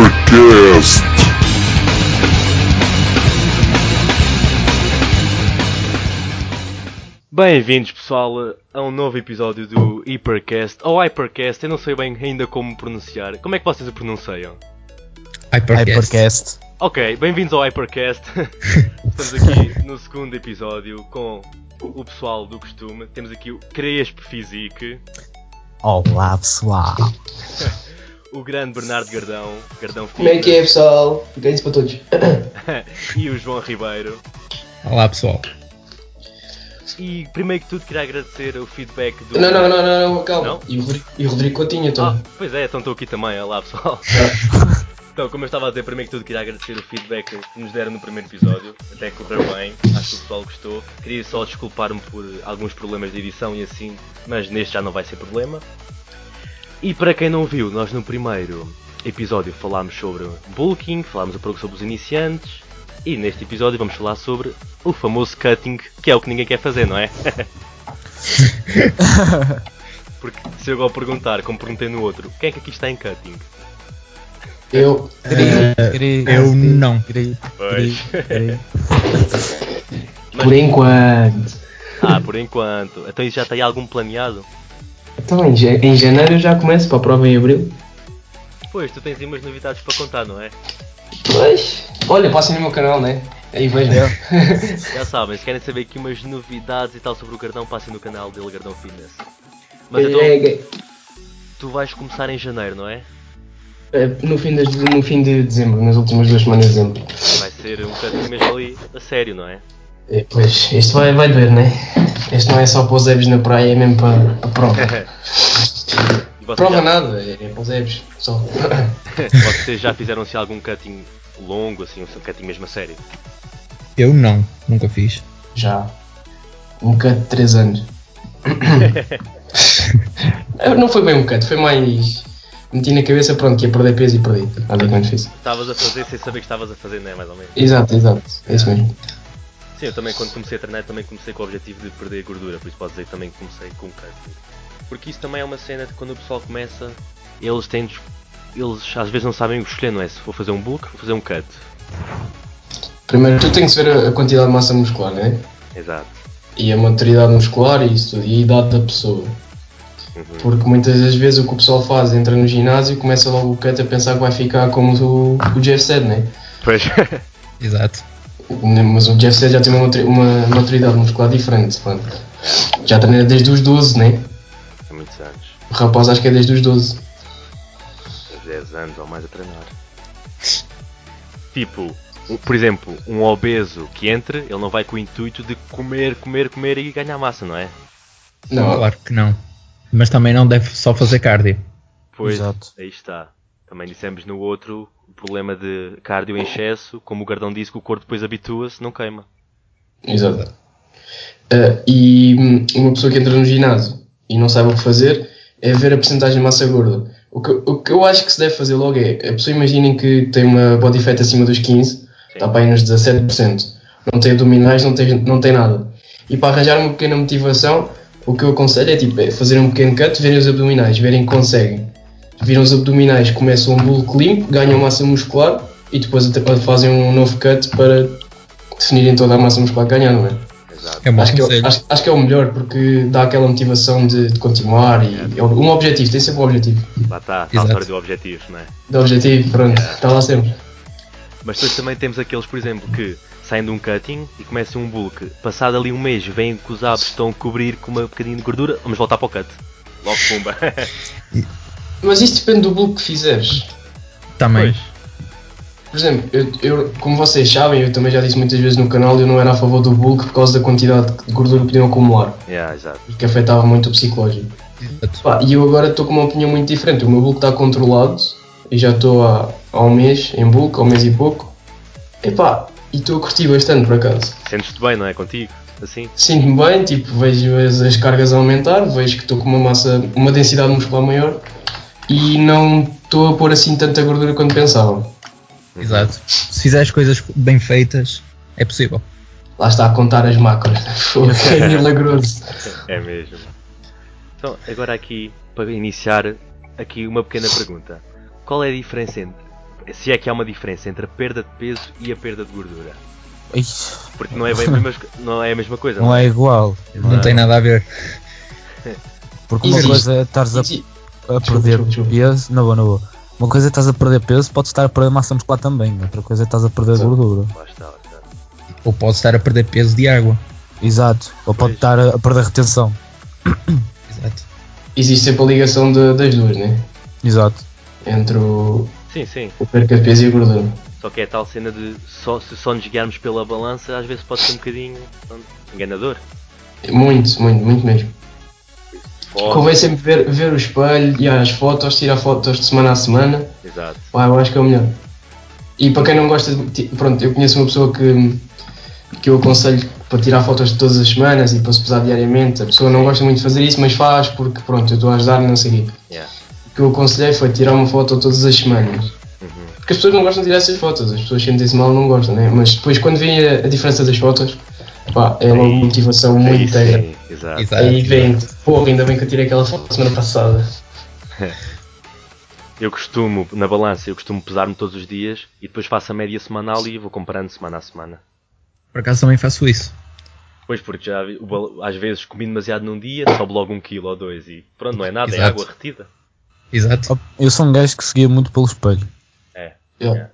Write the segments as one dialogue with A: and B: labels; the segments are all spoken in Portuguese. A: Podcast.
B: Bem-vindos, pessoal, a um novo episódio do Hypercast ou Hypercast, eu não sei bem ainda como pronunciar. Como é que vocês o pronunciam?
C: Hypercast.
D: Hypercast.
B: Ok, bem-vindos ao Hypercast. Estamos aqui no segundo episódio com o pessoal do costume. Temos aqui o Crespo Physique,
D: Olá pessoal.
B: o grande Bernardo Gardão, Gardão
E: Como é que é
B: Fitness,
E: pessoal? Grande para todos.
B: e o João Ribeiro.
C: Olá pessoal.
B: E primeiro que tudo queria agradecer o feedback do.
E: Não, não, não, não, não, calma.
B: Não?
E: E o Rodrigo, e o Rodrigo Coutinho, então.
B: Ah, pois é, então estou aqui também, olá pessoal. Então, como eu estava a dizer, primeiro que tudo queria agradecer o feedback que nos deram no primeiro episódio, até correu bem, acho que o pessoal gostou. Queria só desculpar-me por alguns problemas de edição e assim, mas neste já não vai ser problema. E para quem não viu, nós no primeiro episódio falámos sobre bulking, falámos um pouco sobre os iniciantes, e neste episódio vamos falar sobre o famoso cutting, que é o que ninguém quer fazer, não é? Porque se eu agora perguntar, como perguntei no outro, quem é que aqui está em cutting?
E: Eu. eh,
C: Eh, eu não.
B: Pois.
E: Por enquanto.
B: Ah, por enquanto. Então isso já tem algum planeado?
E: Então, em, ja- em janeiro eu já começo para a prova em abril.
B: Pois, tu tens aí umas novidades para contar, não é?
E: Pois. Olha, passem no meu canal, né? Aí vejam.
B: Já sabem, se querem saber aqui umas novidades e tal sobre o Gardão, passem no canal dele, Gardão Fitness. Mas então,
E: É,
B: tu vais começar em janeiro, não é?
E: é, no, fim das- no fim de dezembro, nas últimas duas semanas de dezembro.
B: Vai ser um bocadinho mesmo ali a sério, não é?
E: É, pois, isto vai, vai doer, né? Este não é só para os Ebs na praia, é mesmo para para a prova.
B: E vocês
E: Prova
B: já-
E: nada, é, é para os Ebs, só.
B: Vocês já fizeram se algum cutting longo, assim, um cutting mesmo a sério?
C: Eu não. Nunca fiz.
E: Já. Um bocado de 3 anos. Eu não foi bem um bocado, foi mais. Meti na cabeça, pronto, que ia perder peso e perdi. Nada que não fiz.
B: Estavas a fazer sem saber que estavas a fazer, não é? Mais ou menos.
E: Exato, exato. É isso mesmo.
B: Sim, eu também quando comecei a treinar também comecei com o objetivo de perder gordura, por isso posso dizer que também comecei com cardio. Porque isso também é uma cena de quando o pessoal começa, eles têm de- eles às vezes não sabem o que escolher, não é? Se vou fazer um bulk, vou fazer um cut.
E: Primeiro, tu tens que ver a- a quantidade de massa muscular, né?
B: Exato.
E: E a maturidade muscular e isso tudo, e a idade da pessoa.
B: Uhum.
E: Porque muitas das vezes o que o pessoal faz, entra no ginásio e começa logo o cut a pensar que vai ficar como o, o Jeff said, né?
B: Pois.
C: Exato.
E: Mas o Jeff Said já tem uma, matri- uma maturidade muscular diferente. pronto. Já treina desde os 12, né?
B: Há muitos anos.
E: O rapaz acho que é desde os 12.
B: uns 10 anos ou mais a treinar. Tipo, um- por exemplo, um obeso que entra, ele não vai com o intuito de comer, comer, comer e ganhar massa, não é?
E: Não,
C: Claro que não. Mas também não deve só fazer cardio.
B: Pois,
D: Exato.
B: aí está. Também dissemos no outro o problema de cardio em excesso, como o Gardão disse que o corpo depois habitua-se, não queima.
E: exato. Ah, e hum, uma pessoa que entra no ginásio e não sabe o que fazer é ver a porcentagem de massa gorda. O que, o que eu acho que se deve fazer logo é: a pessoa imaginem que tem uma body fat acima dos 15, está para aí nos 17%, não tem abdominais, não tem, não tem nada. E para arranjar uma pequena motivação, o que eu aconselho é, tipo, é fazer um pequeno cut, verem os abdominais, verem que conseguem. Viram os abdominais, começam um bulk limpo, ganham massa muscular e depois até fazem um novo cut para definirem toda a massa muscular que ganharam, não é?
C: É um
E: Acho que,
C: conselho.
E: é, acho, acho que é o melhor porque dá aquela motivação de, de continuar e é um objetivo, tem sempre um objetivo.
B: Lá está, está a
C: Exato.
B: história do objetivo, não é?
E: Dá objetivo, pronto, está lá sempre.
B: Mas depois também temos aqueles, por exemplo, que saem de um cutting e começam um bulk. Passado ali um mês, vêm que os abs estão a cobrir com uma bocadinha de gordura, vamos voltar para o cut. Logo pumba.
E: Mas isso depende do bulk que fizeres.
C: Também.
E: Por exemplo, eu, eu- como vocês sabem, eu também já disse muitas vezes no canal, eu não era a favor do bulk por causa da quantidade de gordura que podiam acumular
B: yeah, exato.
E: e que afetava muito o psicológico.
C: Exato.
E: Pá, e eu agora estou com uma opinião muito diferente. O meu bulk está controlado e já estou há, há um mês em bulk, há um mês e pouco. Epá, e estou a curtir bastante por acaso.
B: Sentes-te bem, não é? Contigo? Assim?
E: Sinto-me bem, tipo, vejo as, as cargas a aumentar, vejo que estou com uma massa, uma densidade muscular maior e não estou a pôr assim tanta gordura quanto pensava.
C: Exato. Se fizer as coisas bem feitas, é possível.
E: Lá está a contar as macros. Fogo, é milagroso.
B: É mesmo. Então, agora aqui, para iniciar, aqui uma pequena pergunta. Qual é a diferença entre, se é que há uma diferença entre a perda de peso e a perda de gordura.
D: Ih,
B: Porque não é, bem a mesma, não é a mesma coisa,
E: Então
D: não é igual.
C: Não, tem nada a ver.
D: Porque uma
E: Existe.
D: coisa é estares a,
E: Exi-
D: a perder
E: desculpa, desculpa.
D: peso. Não vou, não vou. Uma coisa é estás a perder peso, podes estar a perder massa muscular também. Outra coisa é estás a perder
E: Exato.
D: gordura.
B: Lá está, lá está.
C: Ou pode estar a perder peso de água.
D: Exato. Ou
B: Pois.
D: pode estar a a perder retenção.
C: Exato.
E: Existe sempre a ligação de- das duas, né?
D: Exato.
E: Entre o,
B: Sim, sim.
E: o perca de peso e a gordura.
B: Só que é a tal cena de só, se só nos guiarmos pela balança, às vezes pode ser um bocadinho pronto, enganador.
E: Muito, muito, muito mesmo.
B: Fome,
E: Convém sempre ver, ver o espelho e as fotos, tirar fotos de semana a semana.
B: Exato.
E: Pá, eu acho que é o melhor. E para quem não gosta de. ti- Pronto, eu conheço uma pessoa que, que eu aconselho para tirar fotos de todas as semanas e para se pesar diariamente. A pessoa não gosta muito de fazer isso, mas faz porque, pronto, eu estou a ajudar e não sei o quê.
B: Yeah.
E: O que eu aconselhei foi tirar uma foto todas as semanas.
B: Uhum.
E: Porque as pessoas não gostam de tirar essas fotos, as pessoas sentem-se mal não gostam, né? Mas depois, quando vêem a, a diferença das fotos, pá, é uma
B: Aí-
E: motivação
B: Aí
E: muito grande.
B: sim, exato.
C: Exato.
E: Aí vem, porra, ainda bem que eu tirei aquela foto semana passada.
B: Eu costumo, na balança, eu costumo pesar-me todos os dias e depois faço a média semanal e vou comparando semana a semana.
C: Por acaso também faço isso.
B: Pois porque já vi- o bal- às vezes comi demasiado num dia, sobe logo um quilo ou dois e pronto, não é nada, é
C: Exato.
B: água retida.
C: Exato.
D: Op- Eu sou um gajo que seguia muito pelo espelho.
B: É.
E: Eu,
B: É.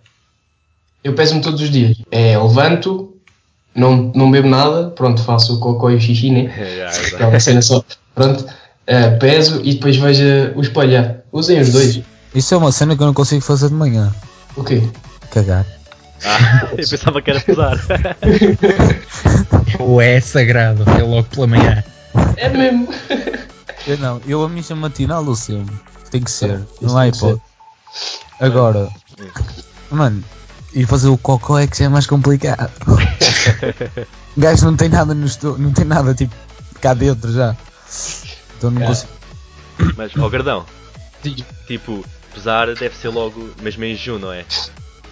E: eu peso-me todos os dias. É, levanto, não, não bebo nada, pronto, faço o cocó e o xixi, né?
B: Já,
E: Que é uma
B: exato.
E: cena só. Pronto, eh, peso e depois vejo eh, o espelho. Usem os dois.
D: Isso é uma cena que eu não consigo fazer de manhã.
E: O quê?
D: Cagar.
B: Ah, eu pensava que era pesar.
C: Ou é sagrado, é logo pela manhã.
E: É mesmo.
D: Eu não, eu a minha matinal eu sempre. Tem que ser.
E: Isso
D: não há
E: tem que
D: hipótese. Agora. Mano, ir fazer o cocó é que já é mais complicado. o gajo não tem nada no estu... não tem nada tipo cá dentro já. Então não
E: É.
D: consigo.
B: Mas, ó Gardão, tipo, pesar deve ser logo mesmo em junho, não é?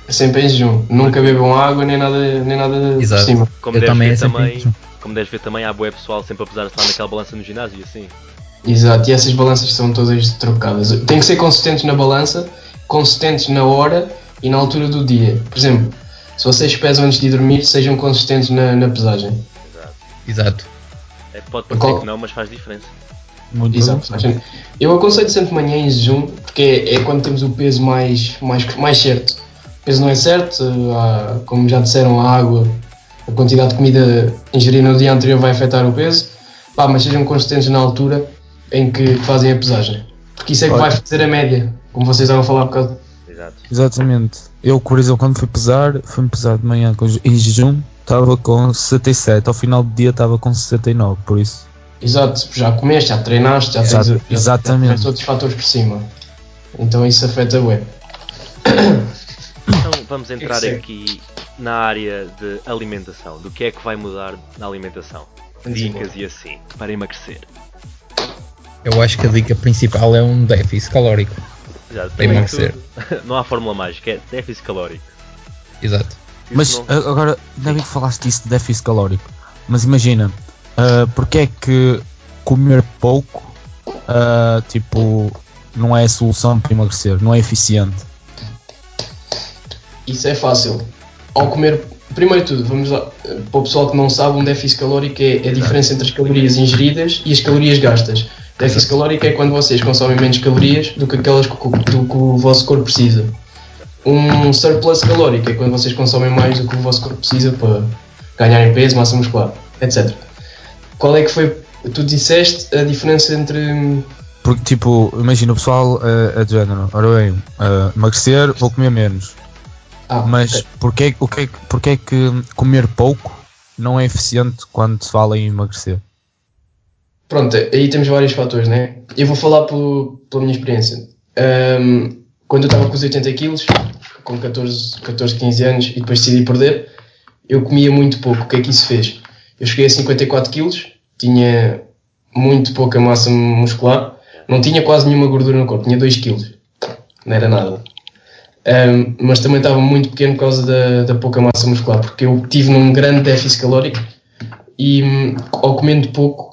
E: Sempre em jejum. Nunca bebam água nem nada, nem nada por
C: Exato.
E: cima.
B: Como
C: Eu
B: deves
C: também, é
B: ver
C: sempre
B: também,
C: em junho.
B: como deves ver também, há bué pessoal sempre a pesar-se lá naquela balança no ginásio e assim.
E: Exato, e essas balanças são todas trocadas. Tem que ser consistentes na balança, consistentes na hora e na altura do dia. Por exemplo, se vocês pesam antes de dormir, sejam consistentes na- na pesagem.
C: Exato.
B: É que pode parecer
E: Qual-
B: que não, mas faz diferença.
D: Muito
E: Exato. Eu aconselho sempre manhã em jejum, porque é, é quando temos o peso mais, mais, mais certo. O peso não é certo, há- como já disseram, a água, a quantidade de comida ingerida no dia anterior vai afetar o peso, Pá, mas sejam consistentes na altura em que fazem a pesagem. Porque isso é que
D: Olha.
E: vai fazer a média, como vocês estavam a falar há bocado.
B: Exato.
D: Exatamente. Eu, por exemplo, quando fui pesar, fui-me pesar de manhã com- em jejum, estava com 67, ao final do dia estava com 69, por isso.
E: Exato, já comeste, já treinaste, já
D: Exato,
E: tens, já
D: exatamente.
E: tens outros fatores por cima. Então isso afeta o
B: Então vamos entrar
E: Sim.
B: aqui na área de alimentação. Do que é que vai mudar na alimentação? Dicas e assim, para emagrecer.
C: Eu acho que a dica principal é um déficit calórico.
B: Exato.
C: Para
B: primeiro
C: emagrecer.
B: que tudo, não há fórmula mágica, é déficit calórico.
C: Exato.
B: Isso
D: Mas
C: ah,
B: não-
D: a- agora, ainda bem que falaste disso de déficit calórico. Mas imagina, ah, porque é que comer pouco, ah, tipo, não é a solução para emagrecer, não é eficiente?
E: Isso é fácil. Ao comer, primeiro de tudo, vamos lá, eh, para o pessoal que não sabe, um déficit calórico é a diferença entre as calorias ingeridas e as calorias gastas. Déficit calórico é quando vocês consomem menos calorias do que aquelas que, o- do que o vosso corpo precisa. Um surplus calórico é quando vocês consomem mais do que o vosso corpo precisa para ganharem peso, massa muscular, etc. Qual é que foi, tu disseste, a diferença entre. hum,
D: Porque, tipo, imagina o pessoal ah, é de género, ora bem, ah, emagrecer, vou comer menos.
E: Ah,
D: Mas
E: ok.
D: porque, é que- o que é que- porque é que comer pouco não é eficiente quando se fala em emagrecer?
E: Pronto, aí temos vários fatores, né? Eu vou falar pelo- pela minha experiência. Ahm, quando eu estava com os 80 quilos, com 14, 14, 15 anos, e depois decidi perder, eu comia muito pouco. O que é que isso fez? Eu cheguei a 54 quilos, tinha muito pouca massa muscular, não tinha quase nenhuma gordura no corpo, tinha 2 quilos. Não era nada. Ahm, mas também estava muito pequeno por causa da, da pouca massa muscular, porque eu tive num grande déficit calórico e hum, ao comendo pouco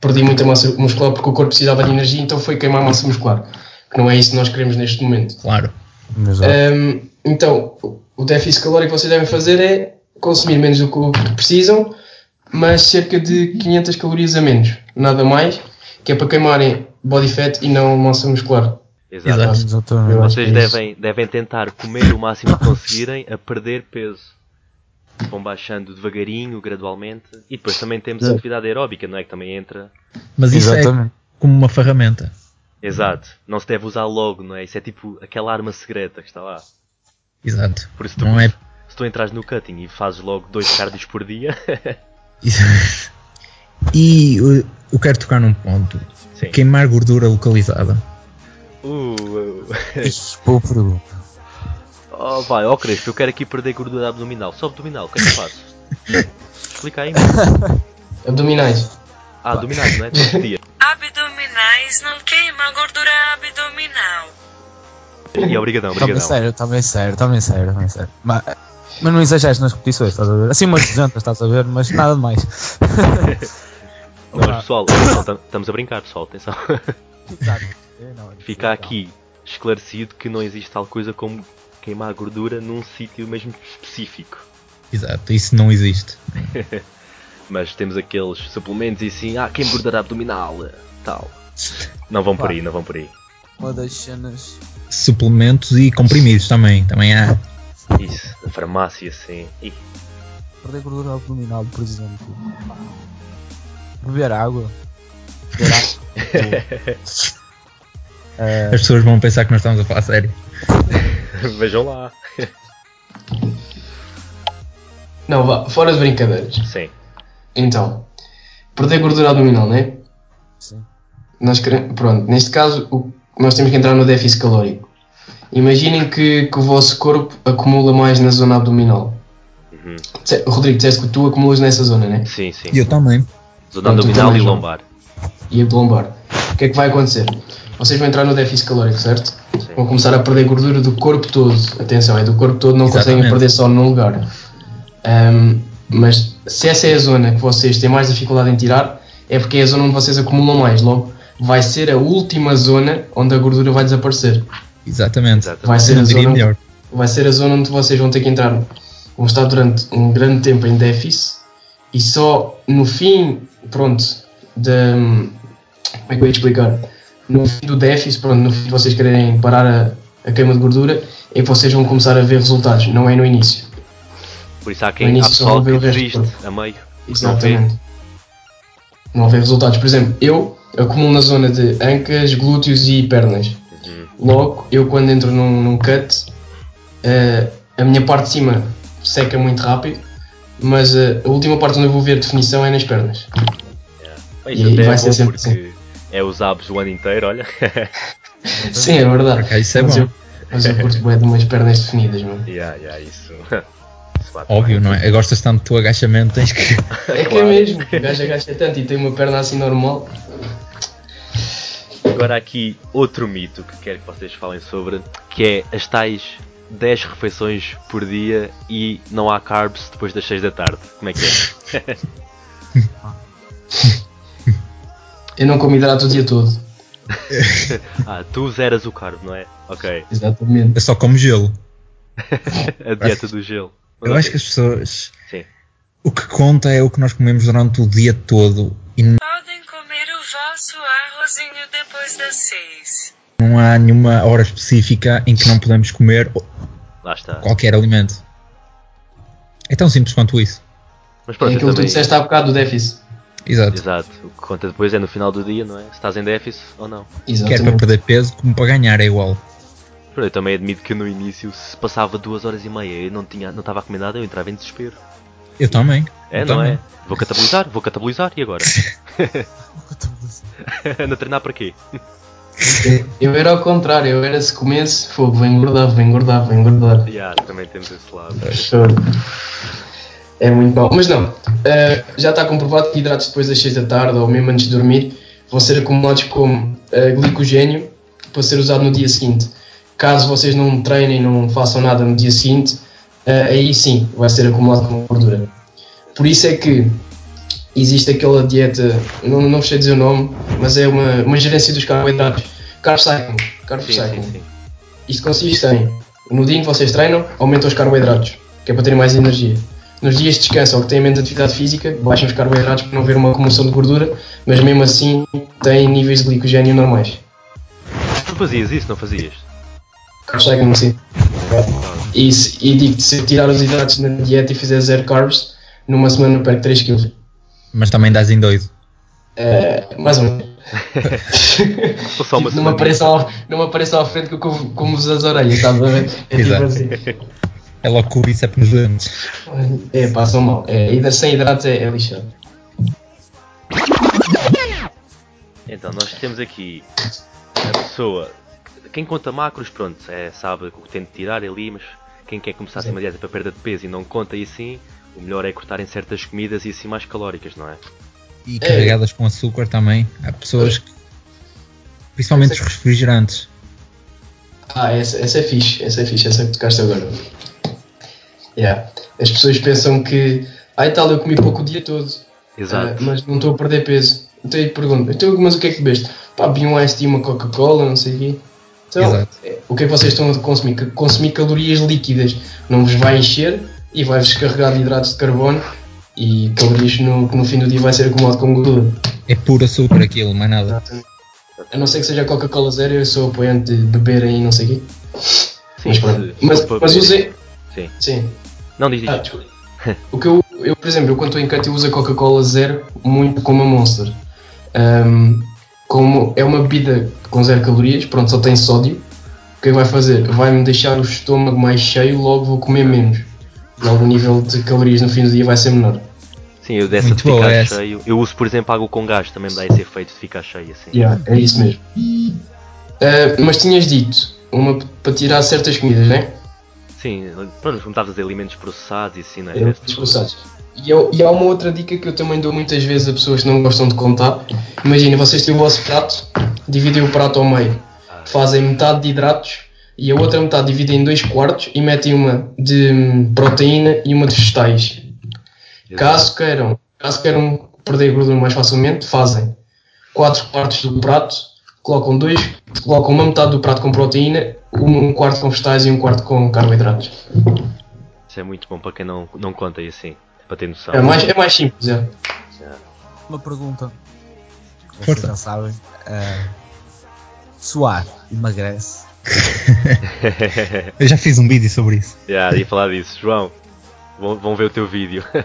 E: perdi muita massa muscular porque o corpo precisava de energia, então foi queimar massa muscular, que não é isso que nós queremos neste momento.
D: Tá.
C: Claro.
D: Exato.
E: Ahm, Então, o- o déficit calórico que vocês devem fazer é consumir menos do que o que precisam, mas cerca de 500 calorias a menos, nada mais, que é para queimarem body fat e não massa muscular.
D: Ah,
B: Exato.
C: Exato.
D: Vamos, doutor.
E: Eu acho
B: Vocês
E: que é isso.
B: devem, devem tentar comer o máximo que conseguirem a perder peso. Vão baixando devagarinho, gradualmente. E depois também temos a atividade aeróbica, não é? Que também entra.
C: Mas isso
D: Exatamente.
C: é como uma ferramenta.
B: Exato. Não se deve usar logo, não é? Isso é tipo aquela arma secreta que está lá.
C: Exato.
B: Por isso tu,
C: Não é.
B: se tu entras no cutting e fazes logo dois cardios por dia.
C: e uh, eu quero tocar num ponto.
B: Sim.
C: Queimar gordura localizada.
B: Uh, uh.
E: é.
D: Isso, boa pergunta.
B: Oh, vai, ó Crespo, eu quero aqui perder gordura abdominal. Só abdominal, o que é que eu faço? Explica aí. mano.
E: Abdominais.
B: Ah, abdominal, não é? Todo dia.
A: Abdominais não queima gordura abdominal.
B: E obrigadão,
D: Está
C: Tá
D: bem
B: obrigadão.
D: sério, está bem sério, está bem sério, está bem sério. Mas, mas não exageres nas repetições, estás a ver? Assim umas 200, estás a ver, mas nada de mais.
B: Não, mas pessoal, pessoal, tam- estamos a brincar, pessoal, atenção. Fica aqui esclarecido que não existe tal coisa como queimar gordura num sítio mesmo específico.
C: Exato. Isso não existe.
B: Mas temos aqueles suplementos e sim, ah, queima gordura abdominal, tal. Não vão por aí, não vão por aí.
D: Uma das cenas.
C: Suplementos e comprimidos também. Também há.
B: Isso, na farmácia, sim. Ih,
D: Perder gordura abdominal, por exemplo. Beber água. Beber água. Eh,
C: As pessoas vão pensar que nós estamos a falar sério.
B: Vejam lá.
E: Não, vá, fora de brincadeiras.
B: Sim,
E: Então, perder gordura abdominal, não é?
D: sim.
E: Nós queremos, pronto, neste caso, o- nós temos que entrar no déficit calórico. Imaginem que, que o vosso corpo acumula mais na zona abdominal.
B: Uhum.
E: Disse- Rodrigo, disseste que tu acumulas nessa zona, né?
B: sim, sim.
C: E eu também.
B: Zona
E: Não, tu
B: abdominal
E: também,
B: e
E: João.
B: lombar.
E: E a de lombar. O que é que vai acontecer? Vocês vão entrar no déficit calórico, certo?
B: Sim.
E: Vão começar a perder gordura do corpo todo. Atenção, é do corpo todo, não conseguem
C: Exatamente.
E: perder só num lugar. Ahm, mas se essa é a zona que vocês têm mais dificuldade em tirar, é porque é a zona onde vocês acumulam mais. Logo, vai ser a última zona onde a gordura vai desaparecer.
C: Exatamente.
B: Exato.
E: Vai
C: Eu
E: ser
C: não
E: a
C: diria
E: zona
C: melhor.
E: vai ser a zona onde vocês vão ter que entrar, vão estar durante um grande tempo em déficit e só no fim, pronto, de, hum, como é que eu ia explicar? No fim do déficit, pronto, no fim de vocês quererem parar a, a queima de gordura, é que vocês vão começar a ver resultados, não é no início.
B: Por isso há quem
E: No
B: há
E: início só
B: pessoal
E: vê
B: que
E: o resto.
B: desiste a meio.
E: Exatamente. Não vê resultados. Por exemplo, eu acumulo na zona de ancas, glúteos e pernas.
B: Uhum.
E: Logo, eu quando entro num, num cut, eh, a minha parte de cima seca muito rápido, mas eh, a última parte onde eu vou ver definição é nas pernas.
B: Mas
E: E-
B: isso
E: e
B: até é
E: vai ser
B: bom
E: sempre assim.
B: porque é os abs o ano inteiro, olha. Uhum.
E: Sim, é
C: Por
E: verdade.
C: acaso isso é
E: mas,
C: bom.
E: Eu, mas eu curto bem de umas pernas definidas, mano.
B: yeah, yeah, isso. Isso bate
C: Óbvio,
B: bem.
C: não é? Gostas tanto do teu agachamento, tens que.
E: É que é
B: Claro.
E: mesmo, o gajo agacha tanto e tem uma perna assim normal.
B: Agora aqui outro mito que quero que vocês falem sobre, que é as tais 10 refeições por dia e não há carbs depois das 6 da tarde. Como é que é?
E: Eu não como hidrato o dia todo.
B: Ah, tu zeras o carbo, não é? Ok.
E: Exatamente.
C: Eu só como gelo.
B: A dieta do gelo. Mas
C: Eu
B: ok.
C: acho que as pessoas.
B: Sim.
C: O que conta é o que nós comemos durante o dia todo e
A: Podem comer o vosso arrozinho depois das seis.
C: não há nenhuma hora específica em que não podemos comer
B: Lá está.
C: qualquer alimento. É tão simples quanto isso.
B: Mas
E: É
B: pronto, eu
E: aquilo que tu
B: também...
E: disseste há bocado do déficit.
C: Exato.
B: Exato. O que conta depois é no final do dia, não é? Se estás em déficit ou não.
C: Quer é para
E: Exatamente.
C: perder peso como para ganhar, é igual.
B: Pronto, Eu também admito que no início, se passava duas horas e meia e não tinha, não estava a comer nada, eu entrava em desespero.
C: Eu também.
B: É,
C: Eu
B: não
C: também.
B: é? Vou catabolizar, vou catabolizar e agora? não treinar para quê?
E: Eu era ao contrário, eu era se comesse, fogo, vou engordar, vou engordar, vou engordar.
B: Ya, também temos esse lado.
E: É muito mau. Mas não, eh, já está comprovado que hidratos depois das 6 da tarde ou mesmo antes de dormir vão ser acumulados como eh, glicogênio para ser usado no dia seguinte. Caso vocês não treinem, não façam nada no dia seguinte, eh, aí sim vai ser acumulado como gordura. Por isso é que existe aquela dieta, não, não sei dizer o nome, mas é uma, uma gerência dos carboidratos. Carb cycling. Carb
B: Sim,
E: cycling.
B: sim, sim.
E: Isto consiste em No dia em que vocês treinam, aumentam os carboidratos, que é para terem mais energia. Nos dias de descanso ou que têm menos atividade física, baixam os carboidratos para não haver uma acumulação de gordura, mas mesmo assim têm níveis de glicogênio normais.
B: Tu fazias isso, não fazias?
E: Conseguem assim. E, se- e digo-te, se tirar os hidratos na dieta e fizer zero carbs, numa semana perco 3 kg.
C: Mas também dás em doido.
E: É, mais ou menos.
B: Ou só uma
E: Tipo, não, me
B: semana?
E: apareçam ao, não me apareçam à frente que eu como, como vos as orelhas, estás a ver? É
C: Exato.
E: tipo assim.
C: É logo com o bíceps nos dentes.
E: É, passam mal. É, hidra- sem hidratos é, é lixado.
B: Então, nós temos aqui a pessoa. Quem conta macros, pronto, é, sabe o que tem de tirar ali, mas quem quer começar assim uma dieta para perda de peso e não conta e sim, o melhor é cortarem certas comidas e assim mais calóricas, não é?
E: Ah,
C: E carregadas com açúcar também. Há pessoas que. Principalmente os refrigerantes.
E: Ah, essa, essa é fixe, essa é fixe, essa que tocaste agora. Yeah. As pessoas pensam que, ai tal, eu comi pouco o dia todo, ah,
B: Exato.
E: mas não estou a perder peso. Então eu te pergunto, então, mas o que é que bebeste? Pá, bebi um iced tea, uma Coca-Cola, não sei o quê. Então,
C: Exato.
E: é, o que é que vocês estão a consumir? Que- Consumir calorias líquidas, não vos vai encher e vai-vos carregar de hidratos de carbono e calorias no, que no fim do dia vai ser acumulado com gordura.
C: É puro açúcar aquilo, mais nada.
E: A não ser que seja Coca-Cola zero, eu sou apoiante de beberem e não sei o quê.
B: Sim,
E: mas pronto. Mas-
B: se for
E: mas
B: para
E: usei-
B: beber- Sim.
E: Sim.
B: Não, diz, diz.
E: Ah, desculpa. o que eu, eu, por exemplo, eu quando estou em cut eu uso a Coca-Cola zero muito como a Monster. Ahm, como é uma bebida com zero calorias, pronto, só tem sódio, o que é que vai fazer? Vai-me deixar o estômago mais cheio, logo vou comer menos. Logo o nível de calorias no fim do dia vai ser menor.
B: Sim, eu dessa de
C: Muito boa
B: ficar
C: essa.
B: cheio. Eu uso, por exemplo, água com gás, também me dá esse efeito de ficar cheio assim.
E: Yeah, é isso mesmo. Ah, mas tinhas dito, uma p- para tirar certas comidas, não é?
B: Sim, pronto, como estavas a dizer, alimentos processados e assim, não é?
E: É,
B: Dessas
E: expulsados. E, eu- e há uma outra dica que eu também dou muitas vezes a pessoas que não gostam de contar. Imagina, vocês têm o vosso prato, dividem o prato ao meio, fazem metade de hidratos e a outra metade dividem em dois quartos e metem uma de hum, proteína e uma de vegetais.
B: coisas.
E: Caso queiram, caso queiram perder gordura mais facilmente, fazem 4 quartos do prato, colocam dois, colocam uma metade do prato com proteína, um um quarto com vegetais e um quarto com carboidratos.
B: Isso é muito bom para quem não, não conta e assim, para ter noção.
E: É mais, é mais simples, é.
D: Uma pergunta. Vocês
C: Força.
D: já sabem. eh, suar emagrece.
C: Eu já fiz um vídeo sobre isso.
B: yeah, ia falar disso. João, vão, vão ver o teu vídeo.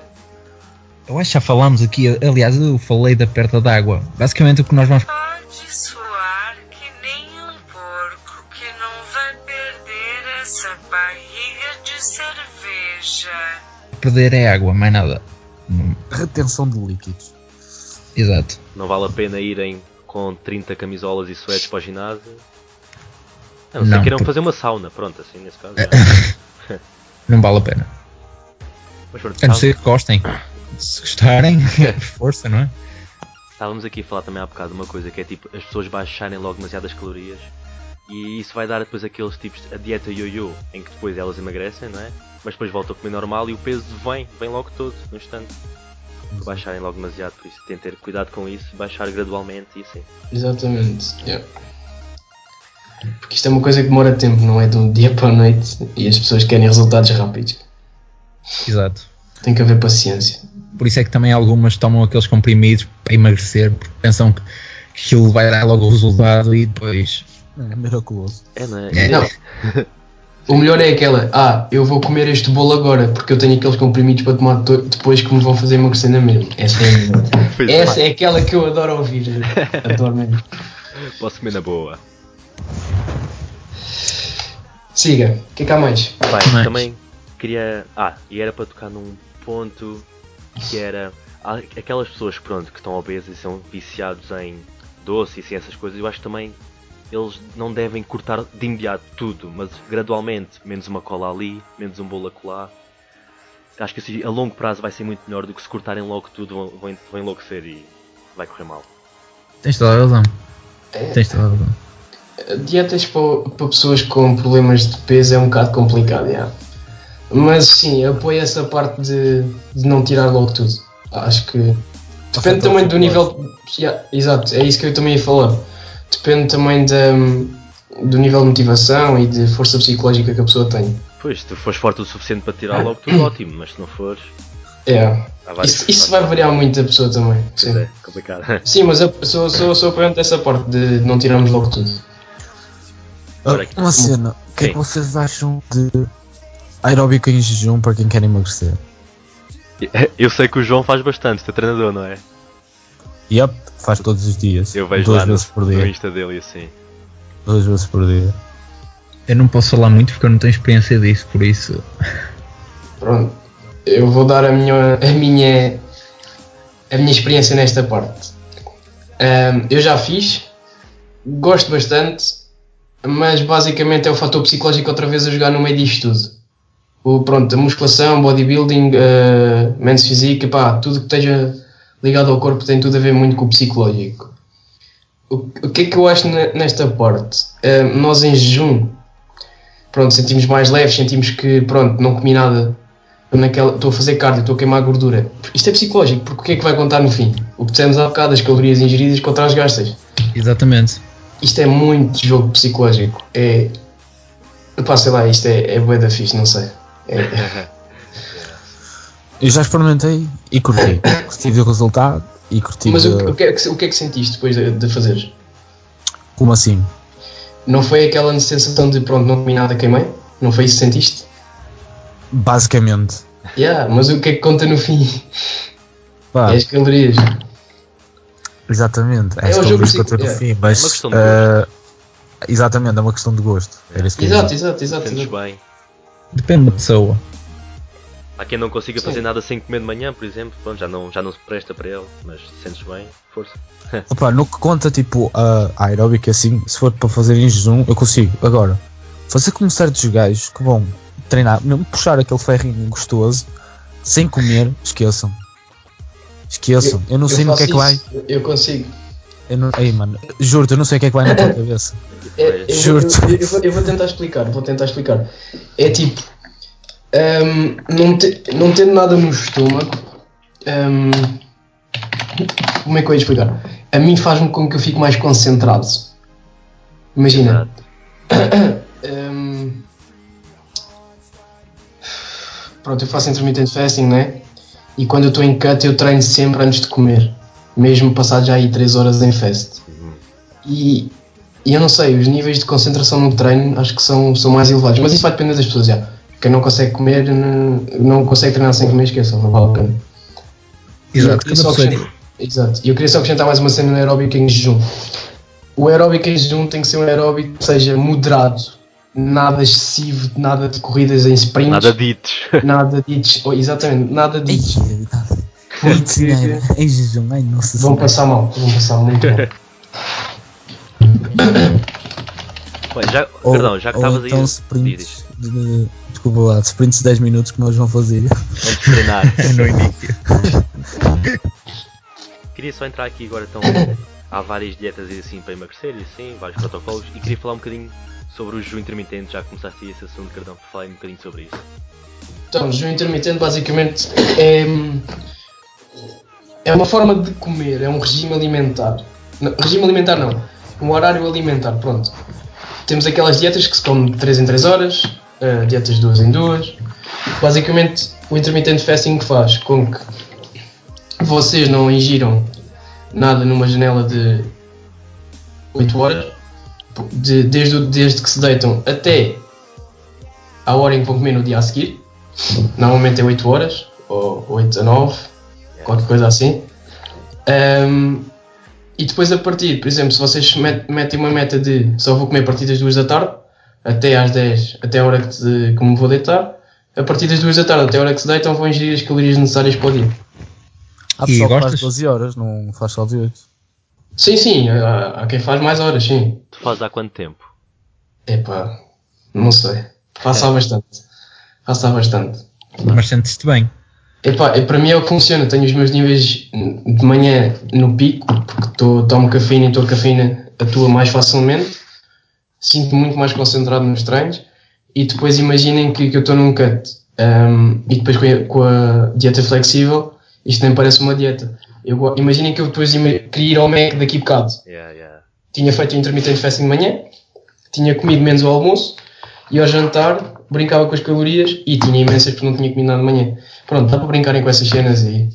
C: Eu acho que já falámos aqui, aliás, eu falei da perda d'água. Basicamente o que nós vamos.
A: Pode suar que nem um porco que não vai perder essa barriga de cerveja.
C: perder é água, mais nada. Hum,
D: Retenção de líquidos.
C: Exato.
B: não vale a pena irem com 30 camisolas e suetes para o ginásio. A não, ser
C: Não,
B: que irão
C: porque-
B: fazer uma sauna, pronto, assim nesse caso. já.
C: Não vale a pena.
B: Mas pronto,
C: A
D: Tá.
C: não
B: estávamos-
C: ser que gostem. Se gostarem, força, não é?
B: estávamos aqui a falar também há bocado de uma coisa que é tipo as pessoas baixarem logo demasiadas calorias e isso vai dar depois aqueles tipos de a dieta yo-yo em que depois elas emagrecem, não é? Mas depois voltam a comer normal e o peso vem, vem logo todo, no instante. Por baixarem logo demasiado, por isso tem ter cuidado com isso, baixar gradualmente e assim.
E: Exatamente. yeah. Porque isto é uma coisa que demora tempo, não é de um dia para a noite e as pessoas querem resultados rápidos.
C: Exato.
E: Tem que haver paciência.
C: Por isso é que também algumas tomam aqueles comprimidos para emagrecer, porque pensam que aquilo vai dar logo o resultado e depois.
D: É miraculoso.
B: É, não é?
C: É.
E: Não. O melhor é aquela, ah, eu vou comer este bolo agora porque eu tenho aqueles comprimidos para tomar to- depois que me vão fazer emagrecer na mesma. Essa é a melhor.
B: Pois é.
E: Essa é aquela que eu adoro ouvir. Adoro mesmo.
B: Posso comer na boa.
E: Siga, o que é que há mais?
B: Bem,
C: Mas-
B: também queria. Ah, e era para tocar num ponto que era. há Aquelas pessoas pronto, que estão obesas e são viciados em doce e assim, essas coisas, eu acho que também eles não devem cortar de imediato tudo, mas gradualmente, menos uma cola ali, menos um bolo acolá. Acho que assim, a longo prazo vai ser muito melhor do que se cortarem logo tudo, vão, vão, vão enlouquecer e vai correr mal.
C: Tens toda a razão.
E: É.
C: Tens toda a razão.
E: Dietas para, para pessoas com problemas de peso é um bocado complicado, yeah. mas sim, apoio essa parte de, de não tirar logo tudo. Acho que depende
D: Afeta o
E: também do
D: futebol.
E: nível. yeah, exato, é isso que eu também ia falar. Depende também da, do nível de motivação e de força psicológica que a pessoa tem.
B: Pois, se tu fores forte o suficiente para tirar logo tudo, ótimo, mas se não fores, ah,
E: É.
B: há vários
E: Isso,
B: que
E: isso vai
B: fazem.
E: variar muito da pessoa também.
B: Pois
E: Sim,
B: é, complicado.
E: sim mas eu sou, sou, sou apoiante dessa parte de não tirarmos logo tudo.
B: Ora, que-
D: Ah, Uma cena, o que é que
B: Sim.
D: vocês acham de aeróbico em jejum para quem quer emagrecer?
B: Eu sei que o João faz bastante, teu treinador, não é?
D: Yep, faz todos os dias.
B: Eu vejo
D: duas
B: lá no,
D: vezes por
B: no
D: dia.
B: Insta dele e assim.
D: Duas vezes por dia.
C: Eu não posso falar muito porque eu não tenho experiência disso, por isso.
E: Pronto. Eu vou dar a minha, a minha, a minha experiência nesta parte. Ahm, eu já fiz, gosto bastante, mas basicamente é o fator psicológico outra vez a jogar no meio disto tudo. O, pronto, a musculação, bodybuilding, ah, menos física, pá, tudo que esteja ligado ao corpo tem tudo a ver muito com o psicológico. O, o que é que eu acho ne- nesta parte? Ahm, nós em jejum pronto, sentimos mais leves, sentimos que, pronto, não comi nada, estou naquela- estou a fazer cardio, estou a queimar gordura. Isto é psicológico, porque o que é que vai contar no fim? O que dissemos há bocado, as calorias ingeridas contra as gastas.
C: Exatamente.
E: Isto é muito jogo psicológico. É. Pá, sei lá, isto é, é bué da fixe, não sei. É- é-
D: Eu já experimentei e curti. curti do resultado e curti
E: Mas
D: Tipo de...
E: o, que- o que é que, o que é que sentiste depois de, de fazeres?
D: como assim.
E: Não foi aquela sensação de, pronto, não comi nada, queimei? Não foi isso que sentiste?
D: Basicamente.
E: Yeah, mas o que é que conta no fim?
D: Pá,
E: É as calorias.
D: Exatamente.
E: É
D: É,
E: o
D: o
E: jogo
D: jogo que eu
E: psico-
D: tenho
E: é.
D: no fim, mas.
B: É uma questão de
D: ah, exatamente, é uma questão de gosto. Era isso que eu ia
E: Exato,
D: dizer.
E: exato, exato.
B: Sentes
E: exato.
B: bem.
C: Depende da pessoa.
B: Há quem não consiga
E: Sim.
B: fazer nada sem comer de manhã, por exemplo, pronto, já não, já não se presta para ele, mas se sentes bem, força.
D: Opa, no que conta, tipo, a a aeróbica, assim, se for para fazer em jejum, eu consigo. Agora, fazer como certos gajos que vão treinar, mesmo puxar aquele ferrinho gostoso, sem comer, esqueçam. Esqueçam. Eu não sei no que é que
E: faço
D: vai.
E: isso, Eu consigo.
D: Eu não, ei, mano, juro-te, eu não sei o que é que vai na tua cabeça.
E: É, eu, vou-
D: Juro-te.
E: eu- eu vou, eu vou tentar explicar, vou tentar explicar. É tipo, hum, não, te- não tendo nada no estômago, hum, como é que eu ia explicar? A mim faz-me com que eu fique mais concentrado. Imagina,
B: Exato.
E: hum, pronto, eu faço intermittent fasting, né? E quando eu estou em cut, eu treino sempre antes de comer, mesmo passado já aí 3 horas em fast.
B: Uhum.
E: E, e eu não sei, os níveis de concentração no treino acho que são, são mais elevados, mas isso vai depender das pessoas já. Quem não consegue comer, não, não consegue treinar sem comer, esqueçam, não vale a pena.
C: Exato,
E: E eu queria só
C: cada pessoa é
E: acrescentar- Exato. E eu queria só acrescentar mais uma cena no aeróbico em jejum. O aeróbico em jejum tem que ser um aeróbico que seja moderado, nada excessivo, nada de corridas em sprints,
B: Nada dites.
E: nada, de hits, oh, exatamente, nada de
D: Ei,
E: hits.
D: cozinheira, em jejum, ai, nossa
E: Vão
D: senhora.
E: passar mal, vão passar muito mal.
B: Bem, já,
D: Ou-
B: perdão, já que
D: ou
B: estavas
D: então
B: aí diz, diz,
D: sprints de, desculpa lá, sprints de 10 minutos que nós vamos fazer.
B: antes de treinar,
C: no início.
B: queria só entrar aqui agora então. Há várias dietas e assim para emagrecer e assim, vários protocolos. E queria falar um bocadinho sobre o jejum intermitente, já que começaste aí esse assunto, Cardão, para falar um bocadinho sobre isso.
E: Então, jejum intermitente basicamente é, é uma forma de comer, é um regime alimentar. Não, regime alimentar não, um horário alimentar, pronto. Temos aquelas dietas que se come de 3 em 3 horas, eh, dietas de 2 em 2. Basicamente, o intermitente fasting faz com que vocês não ingiram nada numa janela de 8 horas, de- desde, o- desde que se deitam até à hora em que vão comer no dia a seguir. Normalmente é 8 horas, ou 8 a 9, qualquer coisa assim. Ahm, e depois a partir, por exemplo, se vocês met- metem uma meta de só vou comer a partir das 2 da tarde, até às 10, até a hora que, te- que me vou deitar, a partir das 2 da tarde até a hora que se deitam vão ingerir as calorias necessárias para o dia.
D: Há
C: E
D: pessoal que faz
C: gostas?
D: 12 horas, não faz só de 8.
E: Sim, sim, há, há quem faz mais horas, sim.
B: Tu fazes há quanto tempo?
E: Epá, não sei. Faço há bastante. Faço há bastante.
C: é? Mas sentes-te bem.
E: Epá, é, para mim é o que funciona. Tenho os meus níveis de manhã no pico, porque tô, tomo cafeína e tô- a cafeína atua mais facilmente. Sinto muito mais concentrado nos treinos. E depois imaginem que, que eu estou num cut. Ahm, e depois com a, com a dieta flexível, isto nem parece uma dieta. Eu, go- imaginem que eu depois ima- queria ir ao Mac daqui a bocado.
B: Yeah, yeah.
E: Tinha feito o intermitente fasting de manhã, tinha comido menos ao almoço e ao jantar brincava com as calorias e tinha imensas porque não tinha comido nada de manhã. Pronto, dá para brincarem com essas cenas e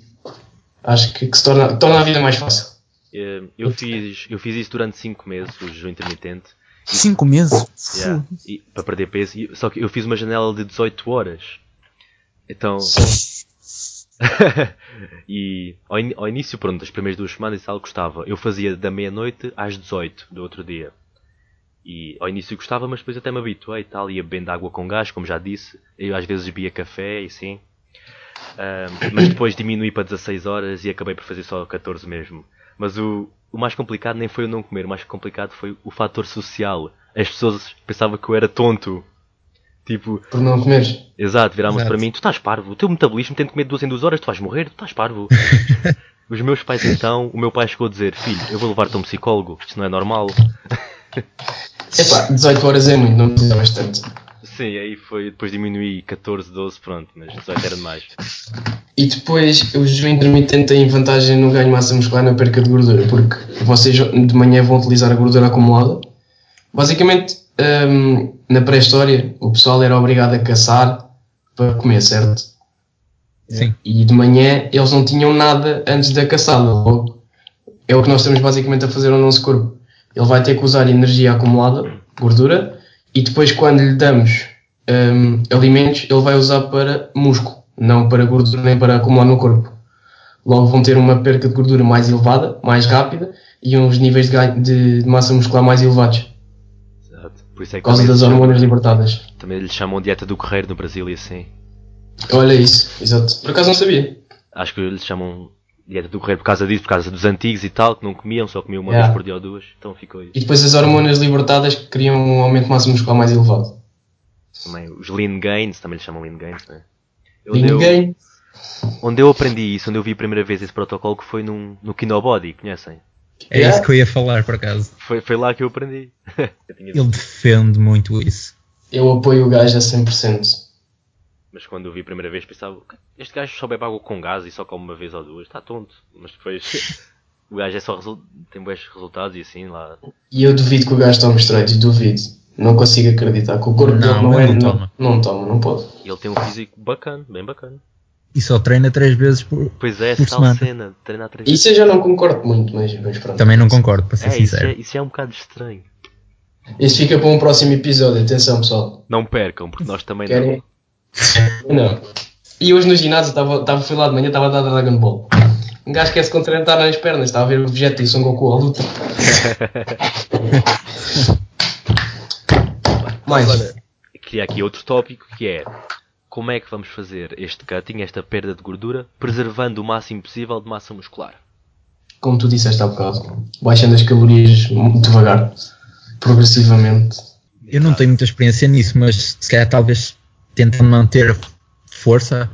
E: acho que, que se torna, torna a vida mais fácil.
B: Eh, Eu fiz, eu fiz isso durante 5 meses, o jejum intermitente.
D: 5 meses?
B: Yeah. E, para perder peso. E- Só que eu fiz uma janela de 18 horas. Então. e ao, in- ao início, pronto, as primeiras duas semanas isso algo gostava. Eu fazia da meia-noite às 18 do outro dia. E ao início gostava, mas depois até me habituei e tal. Ia bebendo água com gás, como já disse. Eu às vezes bebia café e sim. Ahm, mas depois diminui para 16 horas e acabei por fazer só 14 mesmo. Mas o, o mais complicado nem foi eu não comer, o mais complicado foi o fator social. As pessoas pensavam que eu era tonto. Tipo,
E: Por não comeres.
B: exato, viravam-se
C: Exato.
B: para mim: tu estás parvo, o teu metabolismo tem de comer duas em duas horas, tu vais morrer, tu estás parvo. Os meus pais então, o meu pai chegou a dizer: filho, eu vou levar-te a um psicólogo, isto não é normal.
E: Epá, 18 horas é muito, não precisavas tanto.
B: Sim, aí foi, depois diminui 14, 12, pronto, mas 18 era demais.
E: E depois o jejum intermitente tem vantagem no ganho de massa muscular na perca de gordura, porque vocês de manhã vão utilizar a gordura acumulada. Basicamente, hum, na pré-história, o pessoal era obrigado a caçar para comer, certo?
C: Sim.
E: E de manhã eles não tinham nada antes da caçada, logo. É o que nós estamos basicamente a fazer ao nosso corpo. Ele vai ter que usar energia acumulada, gordura, e depois quando lhe damos hum, alimentos, ele vai usar para músculo, não para gordura nem para acumular no corpo. Logo vão ter uma perca de gordura mais elevada, mais rápida, e uns níveis de, ganho- de de massa muscular mais elevados,
B: Exato. Por isso é que
E: por causa
B: também
E: das
B: lhe chamam-
E: hormonas libertadas.
B: Também lhe chamam dieta do correio no Brasil e assim.
E: Olha isso, exato. Por acaso não sabia.
B: acho que eles chamam dieta do correr por causa disso, por causa dos antigos e tal, que não comiam, só comiam uma
E: Yeah.
B: vez por dia ou duas, então ficou isso.
E: E depois as hormonas libertadas que criam um aumento de massa muscular mais elevado.
B: Também os lean gains, também lhes chamam lean gains, né?
E: E
B: Onde eu-
E: ninguém.
B: onde eu aprendi isso, onde eu vi a primeira vez esse protocolo, que foi num, no Kinobody, conhecem?
C: É
E: Yeah.
C: isso que eu ia falar, por acaso.
B: Foi, foi lá que eu aprendi. Eu tinha-
C: Ele defende muito isso.
E: Eu apoio o gajo a 100%.
B: Mas quando eu vi a primeira vez pensava, "Ok, este gajo só bebe água com gás e só come uma vez ou duas, está tonto. Mas depois o gajo é só resul- tem bons resultados e assim lá.
E: E eu duvido que o gajo tome esteroides, duvido. Não consigo acreditar que o corpo
C: Não,
E: dele não,
C: ele não
E: é. Não
C: toma.
E: toma. Não, toma, não pode.
B: Ele tem um físico bacana, bem bacana.
C: E só treina três vezes por.
B: Pois é,
C: Por
B: essa tal
C: semana.
B: cena, treinar três
E: Isso eu já não concordo muito, mas, mas pronto.
C: Também não concordo, para ser
B: É, isso
C: sincero.
B: é, isso é um bocado estranho.
E: Isso fica para um próximo episódio, atenção pessoal.
B: Não percam, porque nós também
E: Querem?
B: não.
E: Não. E hoje no ginásio, estava, estava, fui lá de manhã, estava a dar Dragon Ball. Um gajo quer se contentar nas pernas, estava a ver o Vegeta e o Son Goku à luta. Mais.
B: Queria aqui outro tópico que é como é que vamos fazer este cutting, esta perda de gordura, preservando o máximo possível de massa muscular.
E: como tu disseste há bocado, baixando as calorias muito devagar, progressivamente.
C: Eu não tenho muita experiência nisso, mas se calhar talvez tentando manter a força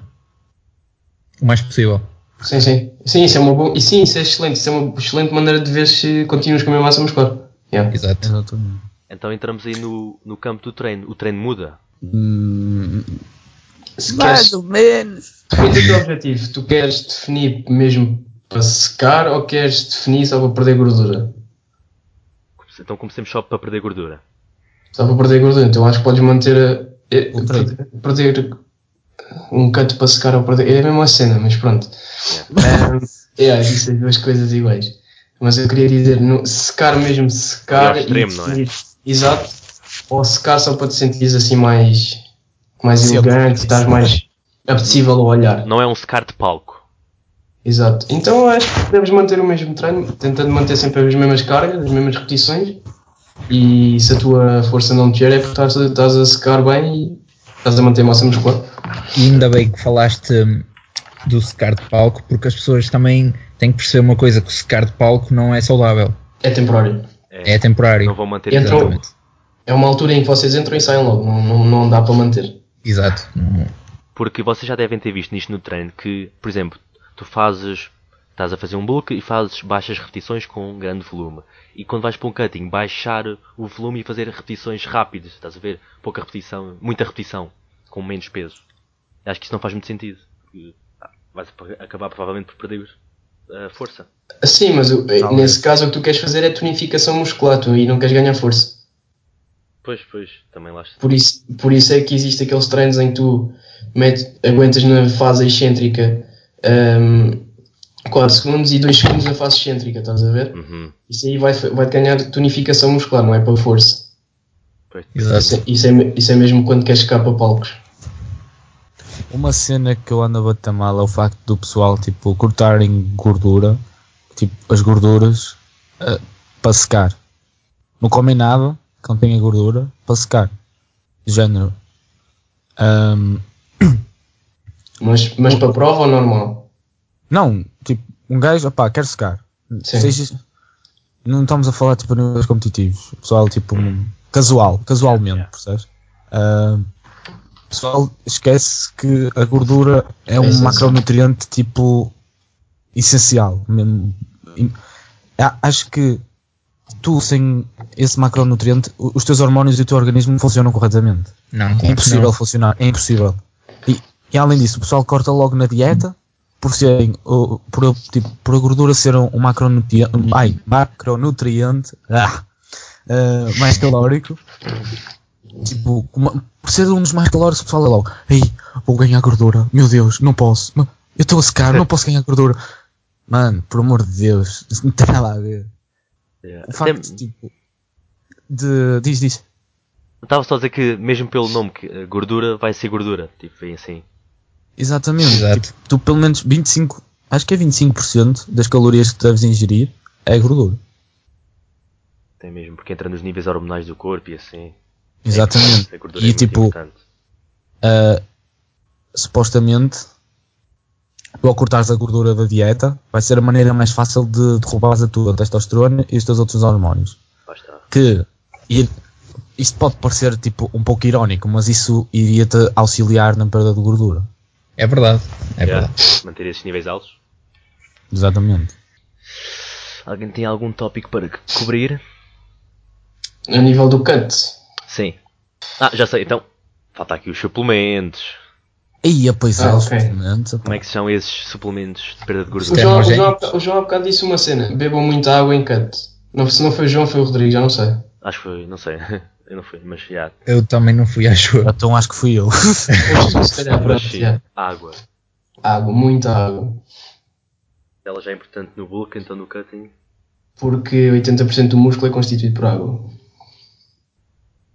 C: o mais possível.
E: Sim, sim. Sim, isso é uma boa. E sim, isso é excelente. Isso é uma excelente maneira de ver se continuas com a minha massa muscular. Yeah.
C: Exato.
D: Exatamente.
B: Então entramos aí no, no campo do treino. O treino muda.
D: Hum,
E: Se
D: mais
E: queres,
D: ou menos.
E: depende do teu é tipo objetivo. Tu queres definir mesmo para secar ou queres definir só para perder gordura?
B: Então comecemos só para perder gordura.
E: Só para perder gordura. Então acho que podes manter a. é,
D: O treino.
E: perder- Perder um canto para secar ou perder. É a mesma cena, mas pronto. É, yeah, existem duas coisas iguais. Mas eu queria dizer, no- secar mesmo, secar.
B: É ao extremo, não é?
E: Exato. Ou secar só para te sentires assim mais. mais
D: Sim,
E: elegante, estás mais apetecível ao olhar.
B: Não é um secar de palco.
E: Exato. Então acho que deves manter o mesmo treino, tentando manter sempre as mesmas cargas, as mesmas repetições. E se a tua força não te gera, é porque estás a, estás a secar bem e estás a manter massa muscular.
C: E ainda bem que falaste hum, do secar de palco, porque as pessoas também têm que perceber uma coisa: que o secar de palco não é saudável,
E: É temporário.
C: é
B: Não
C: temporário.
B: vão manter
E: Entrou.
B: exatamente.
C: Exatamente.
E: É uma altura em que vocês entram e saem logo, não, não, não dá para manter.
C: Exato. Não-
B: Porque vocês já devem ter visto nisto no treino que, por exemplo, tu fazes. Estás a fazer um bulk e fazes baixas repetições com um grande volume. E quando vais para um cutting, baixar o volume e fazer repetições rápidas. Estás a ver? Pouca repetição, muita repetição, com menos peso. Acho que isso não faz muito sentido. Porque ah, vais ap- acabar provavelmente por perder a força.
E: Sim, Assim, mas o- eh,
B: Talvez.
E: nesse caso o que tu queres fazer é tonificação muscular tu, e não queres ganhar força.
B: Pois, pois, também lá está.
E: Por isso, por isso é que existe aqueles treinos em que tu mete, aguentas na fase excêntrica ahm, 4 segundos e 2 segundos na fase excêntrica, estás a ver?
B: Uhum.
E: Isso aí vai, vai ganhar tonificação muscular, não é para força.
B: Pois.
C: Exato.
E: Isso é, isso é, me- isso é mesmo quando queres ficar para palcos.
D: Uma cena que eu ando a bater mal é o facto do pessoal, tipo, cortarem gordura, tipo, as gorduras, eh, para secar. Não comem nada que contenha gordura para secar. Género. Hum, Ahm,
E: Mas, mas para prova ou normal?
D: não, tipo, um gajo, opá, quer secar.
E: Sim.
D: Seja- não estamos a falar, tipo, a níveis competitivos. Pessoal, tipo, um- casual, casualmente,
B: Yeah.
D: percebes? Ah, pessoal, esquece que a gordura é um
E: essencial.
D: macronutriente, tipo, essencial. Mesmo. Im- A- Acho que tu, sem esse macronutriente, o- os teus hormónios e o teu organismo não funcionam corretamente.
C: Não,
D: É
C: claro que
D: impossível
C: não.
D: funcionar, é impossível. E, e além disso, o pessoal corta logo na dieta por serem o- por, tipo, por a gordura ser um, um macronutriente, ai, macronutriente ah, ah, mais calórico. Tipo, uma- por ser um dos mais calóricos, o pessoal é logo, ei, vou ganhar gordura, meu Deus, não posso, Ma- eu estou a secar, não posso ganhar gordura. Mano, por amor de Deus, isso não tem nada a ver.
B: Yeah.
D: O
B: É, Até-
D: facto, tipo, de. Diz, diz.
B: Estava só a dizer que, mesmo pelo nome, que eh, gordura vai ser gordura. Tipo, vem assim.
D: Exatamente.
C: Exato.
D: Tipo, tu pelo menos 25, acho que é 25% das calorias que tu deves ingerir é gordura.
B: Até mesmo porque entra nos níveis hormonais do corpo e assim.
D: Exatamente.
B: A
D: E
B: gordura é muito
D: tipo, ah,
B: importante.
D: supostamente, tu ao cortares a gordura da dieta, vai ser a maneira mais fácil de derrubares a tua testosterona e os teus outros hormónios.
B: Lá está.
D: que ir- isto pode parecer tipo um pouco irónico, mas isso iria te auxiliar na perda de gordura.
C: É verdade. É
B: Yeah.
C: verdade.
B: Manter esses níveis altos.
D: Exatamente.
B: Alguém tem algum tópico para c- cobrir?
E: A nível do cut,
B: Sim. Ah, já sei, então. Falta aqui os suplementos.
D: E a paisagem,
E: Ah, ok.
D: suplementos,
B: Como é que se chamam esses suplementos de perda de
E: O
B: gordura?
C: Sim.
E: João, o, João, há
C: Termogénicos.
E: boca- o João há bocado disse uma cena: bebam muita água em cut. Não, se não foi o João, foi o Rodrigo, já não sei.
B: Acho que foi, não sei. Eu não fui, mas já.
C: Eu também não fui, acho eu.
D: Então acho que fui eu.
E: Se
B: Mas
E: calhar, pronto,
B: sim,
E: já.
B: água.
E: Água, muita água.
B: Ela já é importante no bulk, então no cutting.
E: Porque 80% do músculo é constituído por água.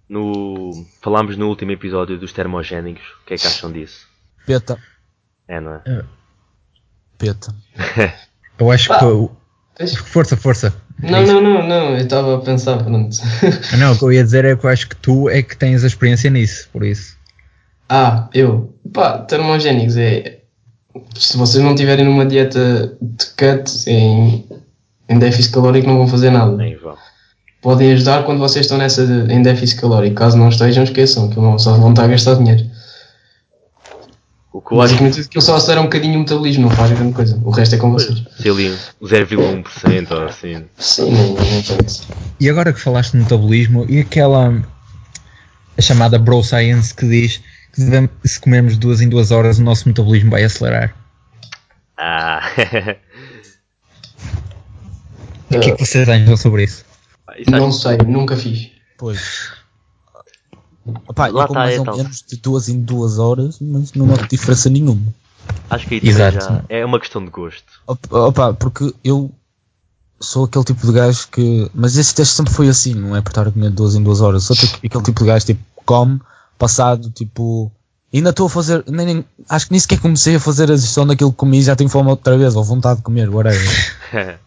B: No... Falámos no último episódio dos termogénicos. O que é que acham disso?
D: peta,
B: É, não é?
D: peta.
C: Eu acho que. eu-
E: Tens-
C: Força, força.
E: Não, não, não, não, eu estava a pensar, pronto.
C: Não, o que eu ia dizer é que eu acho que tu é que tens a experiência nisso, por isso.
E: ah, eu. Pá, termogénicos é. Se vocês não tiverem numa dieta de cut em, em déficit calórico, não vão fazer nada.
B: Nem É vão.
E: podem ajudar quando vocês estão nessa de- em déficit calórico. Caso não estejam, esqueçam, que não só vão estar a gastar dinheiro.
B: O que eu acho
E: Basicamente, aquilo só acelera um bocadinho o metabolismo, não faz grande coisa. O resto é com vocês.
B: sei ali, 0,1% ou assim.
E: Sim, não, não tanto.
C: E agora que falaste de metabolismo e aquela a chamada Bro Science que diz que devem- se comermos duas em duas horas o nosso metabolismo vai acelerar.
B: Ah,
C: O que é que vocês acham sobre isso?
B: isso
E: Ah, Não
B: acho-
E: sei, nunca fiz.
D: Pois. Opa,
B: Lá
D: eu como
B: tá,
D: mais
B: é
D: ou
B: tal.
D: menos de duas em duas horas, mas não há diferença nenhuma.
B: acho que aí também
C: Exato.
B: já é uma questão de gosto.
D: Op- Opa, porque eu sou aquele tipo de gajo que. Mas esse teste sempre foi assim, não é por estar a comer duas em duas horas. Sou tipo- aquele tipo de gajo tipo come, passado, tipo. Ainda estou a fazer. Nem, nem- acho que nem sequer comecei a fazer a gestão daquilo que comi, já tenho fome outra vez, ou vontade de comer, whatever.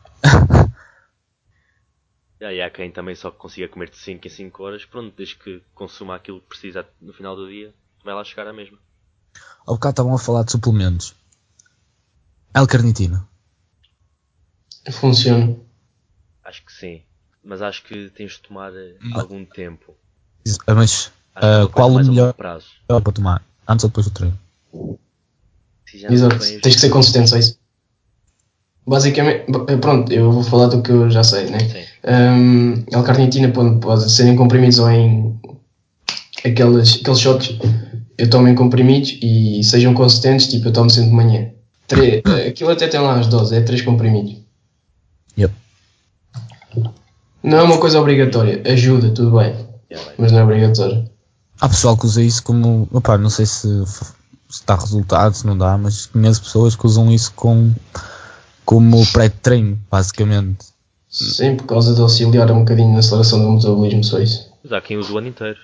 B: Já, e há quem também só consiga comer de 5 em 5 horas, pronto, desde que consuma aquilo que precisa no final do dia, vai lá chegar a mesma.
D: Ao bocado estavam a falar de suplementos. L-carnitina.
E: Funciona.
B: Acho que sim, mas acho que tens de tomar eh, algum tempo.
D: Ah, Mas
B: Acho que é
D: Hum. Ah,
B: uma coisa
D: qual o
B: mais a
D: melhor-
B: longo prazo.
D: é para tomar, antes ou depois do treino.
B: Se já não
E: Exato,
B: tens-
E: tens que ser consistente, só isso. Basicamente, b- pronto, eu vou falar do que eu já sei, né?
B: Sim.
E: Um, L-carnitina pode, pode ser em comprimidos ou em aquelas, aqueles shots. Eu tomo em comprimidos e sejam consistentes, tipo, eu tomo sempre de manhã. Tre- aquilo até tem lá as doses, é 3 comprimidos.
D: Yep.
E: Não é uma coisa obrigatória, ajuda, tudo bem.
B: Yeah, bem.
E: mas não é obrigatório.
D: Há pessoal que usa isso como. Opá, não sei se, f- se dá resultado, se não dá, mas conheço pessoas que usam isso com, como pré-treino, basicamente.
E: Sim, por causa de auxiliar um bocadinho na aceleração do metabolismo, só isso.
B: Mas há quem usa o ano inteiro.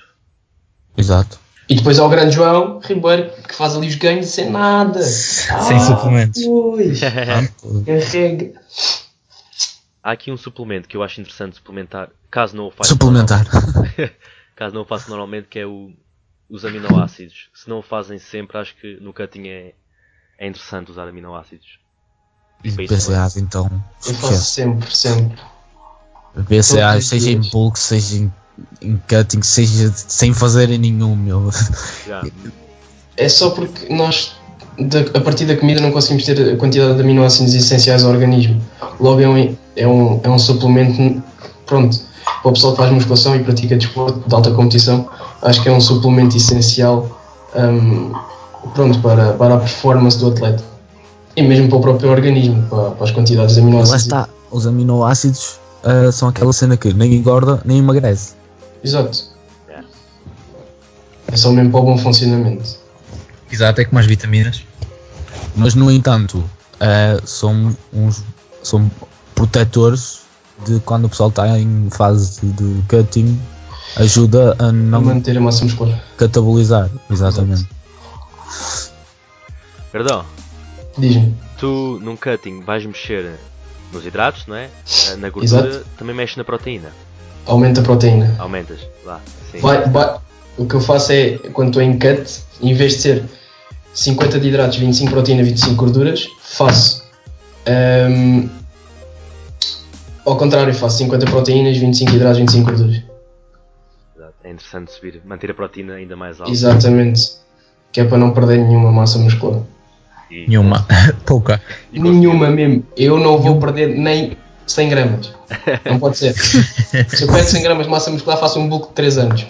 D: Exato.
E: E depois há o grande João Ribeiro, que faz ali os ganhos sem nada.
C: Sem suplementos.
E: Pois,
D: Pronto.
E: carrega.
B: Há aqui um suplemento que eu acho interessante suplementar, caso não o faça
D: Suplementar.
B: caso não o faça normalmente, que é o, os aminoácidos. Se não o fazem sempre, acho que no cutting é, é interessante usar aminoácidos.
D: BCAs então.
E: Eu faço
D: esquece.
E: sempre, sempre.
D: BCAs,
E: todos os
D: seja em
E: dias.
D: bulk, seja em, em cutting, seja sem fazerem nenhum, meu.
B: Já,
E: É só porque nós, da- a partir da comida, não conseguimos ter a quantidade de aminoácidos essenciais ao organismo. Logo, é um, é um, é um suplemento, pronto, para o pessoal que faz musculação e pratica desporto de alta competição, acho que é um suplemento essencial hum, pronto, para, para a performance do atleta. E mesmo para o próprio organismo, para, para as quantidades de
D: Lá
E: aminoácidos.
D: está, os aminoácidos ah, são aquela cena que nem engorda nem emagrece.
E: Exato.
B: É.
E: É só mesmo para o bom funcionamento.
C: Exato, é como as vitaminas.
D: Mas no entanto, ah, são uns são protetores de quando o pessoal está em fase de, de cutting, ajuda a
E: Para
D: não
E: manter a massa muscular.
D: catabolizar. Exatamente.
B: Perdão,
E: Diz-me.
B: tu num cutting vais mexer nos hidratos, não é? Ah, Na gordura, também mexes na proteína.
E: Aumenta a proteína.
B: Aumentas, lá. Sim.
E: Vai- vai- o que eu faço é, quando estou em cut, em vez de ser 50 de hidratos, 25 proteína, 25 gorduras, faço. ahm, ao contrário, faço 50 proteínas, 25 hidratos, 25 gorduras.
B: Exato. É interessante subir, manter a proteína ainda mais alta.
E: Exatamente. Que é para não perder nenhuma massa muscular.
B: E-
C: Nenhuma. Pouca.
B: e conseguir-
E: Nenhuma mesmo. Eu não vou perder nem 100 gramas. Não pode ser. Se eu perder 100 gramas de massa muscular, faço um bulk de 3 anos.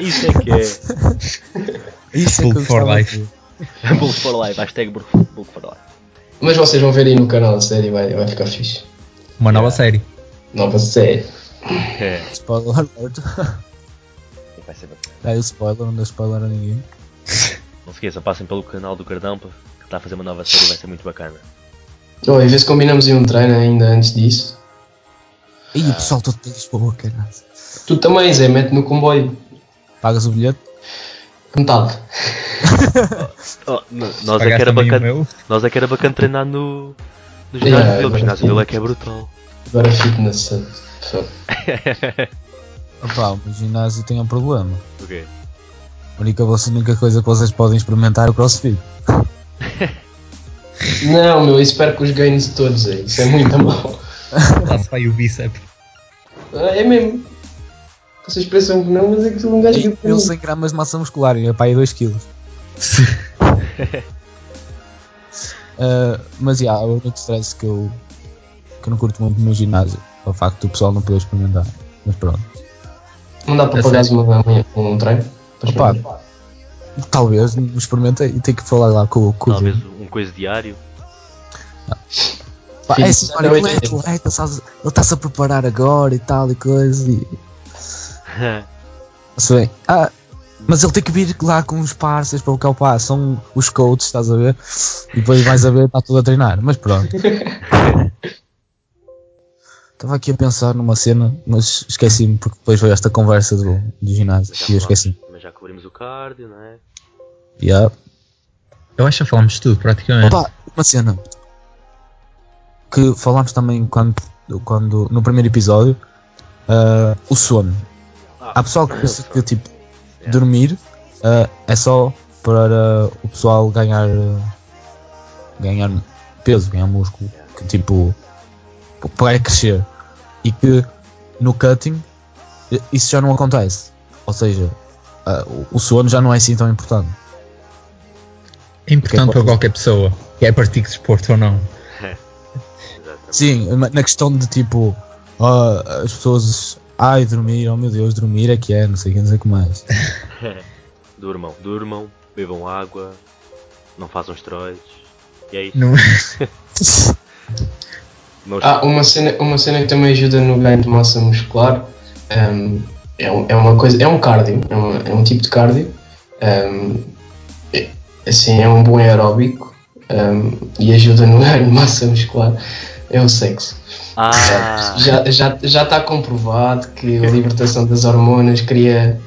B: Isso é que é.
D: Isso
C: Bulk for life.
B: Bulk for life, hashtag Bulk for life.
E: Mas vocês vão ver aí no canal, a série vai, vai ficar fixe.
C: Uma nova série.
E: Nova série.
B: É.
D: Spoiler alert.
B: Vai ser bacana.
D: Dá aí o spoiler, não dá spoiler a ninguém.
B: Não se esqueçam, passem pelo canal do Cardampa, que está a fazer uma nova série, vai ser muito bacana.
E: Oh, e vê se combinamos ir um treino ainda antes disso.
D: Ih, o pessoal todo para Lisboa, caralho.
E: Tu também, Zé, mete no comboio.
D: Pagas o bilhete?
E: Metade.
B: Oh, n- nós, é que
C: Pagaste
B: era
C: também o
B: bacana,
C: meu.
B: nós é que era bacana treinar no, no ginásio
E: Yeah,
B: dele,
E: agora
B: o ginásio
E: sim.
B: dele é que é brutal.
E: Agora fitness. sabe? Só.
D: Opa, o ginásio tem um problema.
B: O quê?
D: A única, a única coisa que vocês podem experimentar é o crossfit.
E: Não, meu, isso perco os ganhos de todos aí. Isso é muito mal.
C: Lá se vai o bíceps.
E: É mesmo. Vocês pensam que não, mas aquilo é um gajo
D: Tem
E: que
D: eu 100 gramas de massa muscular e é para aí 2 kg. mas já, é o único stress que eu, que eu não curto muito no ginásio. É o facto do pessoal não poder experimentar. Mas pronto.
E: Não dá para pagar uma manhã um treino. Pois
D: Opa.
E: bem.
D: Talvez me experimentei e tenho que falar lá com, o- com o
B: Talvez um coisa diário.
D: Pá,
E: Sim,
D: é assim,
E: isso
D: olha,
E: não
D: ele é
E: entendo.
D: atleta, sabes? Ele está-se a preparar agora e tal e coisa. E... Se bem, ah, mas ele tem que vir lá com os parceiros para o que ele pá, são os coaches, estás a ver? E depois vais a ver, está tudo a treinar, mas pronto. Estava aqui a pensar numa cena, mas esqueci-me porque depois veio esta conversa do, do ginásio e eu esqueci-me.
B: mas já cobrimos o cardio, não é?
D: Yeah.
C: Eu acho que falámos de tudo, praticamente.
D: Opa, uma cena que falámos também quando, quando no primeiro episódio ah, o sono. Há pessoal que pensa que tipo dormir ah, é só para o pessoal ganhar ah, ganhar peso, ganhar músculo, que tipo para é crescer e que no cutting eh, isso já não acontece. Ou seja, ah, o- o sono já não é assim tão importante.
C: É importante
D: Ok,
C: para qualquer pessoa. É partido de desporto ou não.
B: Exatamente.
D: Sim, ma- na questão de tipo, ah, as pessoas, ai, dormir, oh meu Deus, dormir é que é, não sei o que, não sei o que mais.
B: Durmam, durmam, bebam água, não façam esteroides. E é aí?
C: Não- é?
B: Não,
E: Ah, uma cena, uma cena que também ajuda no ganho de massa muscular. hum, é, um- é uma coisa, é um cardio, é, uma- é um tipo de cardio. um, é- assim, é um bom aeróbico um, e ajuda no ganho de massa muscular. É o sexo.
B: Ah,
E: Já está já, está comprovado que a libertação das hormonas cria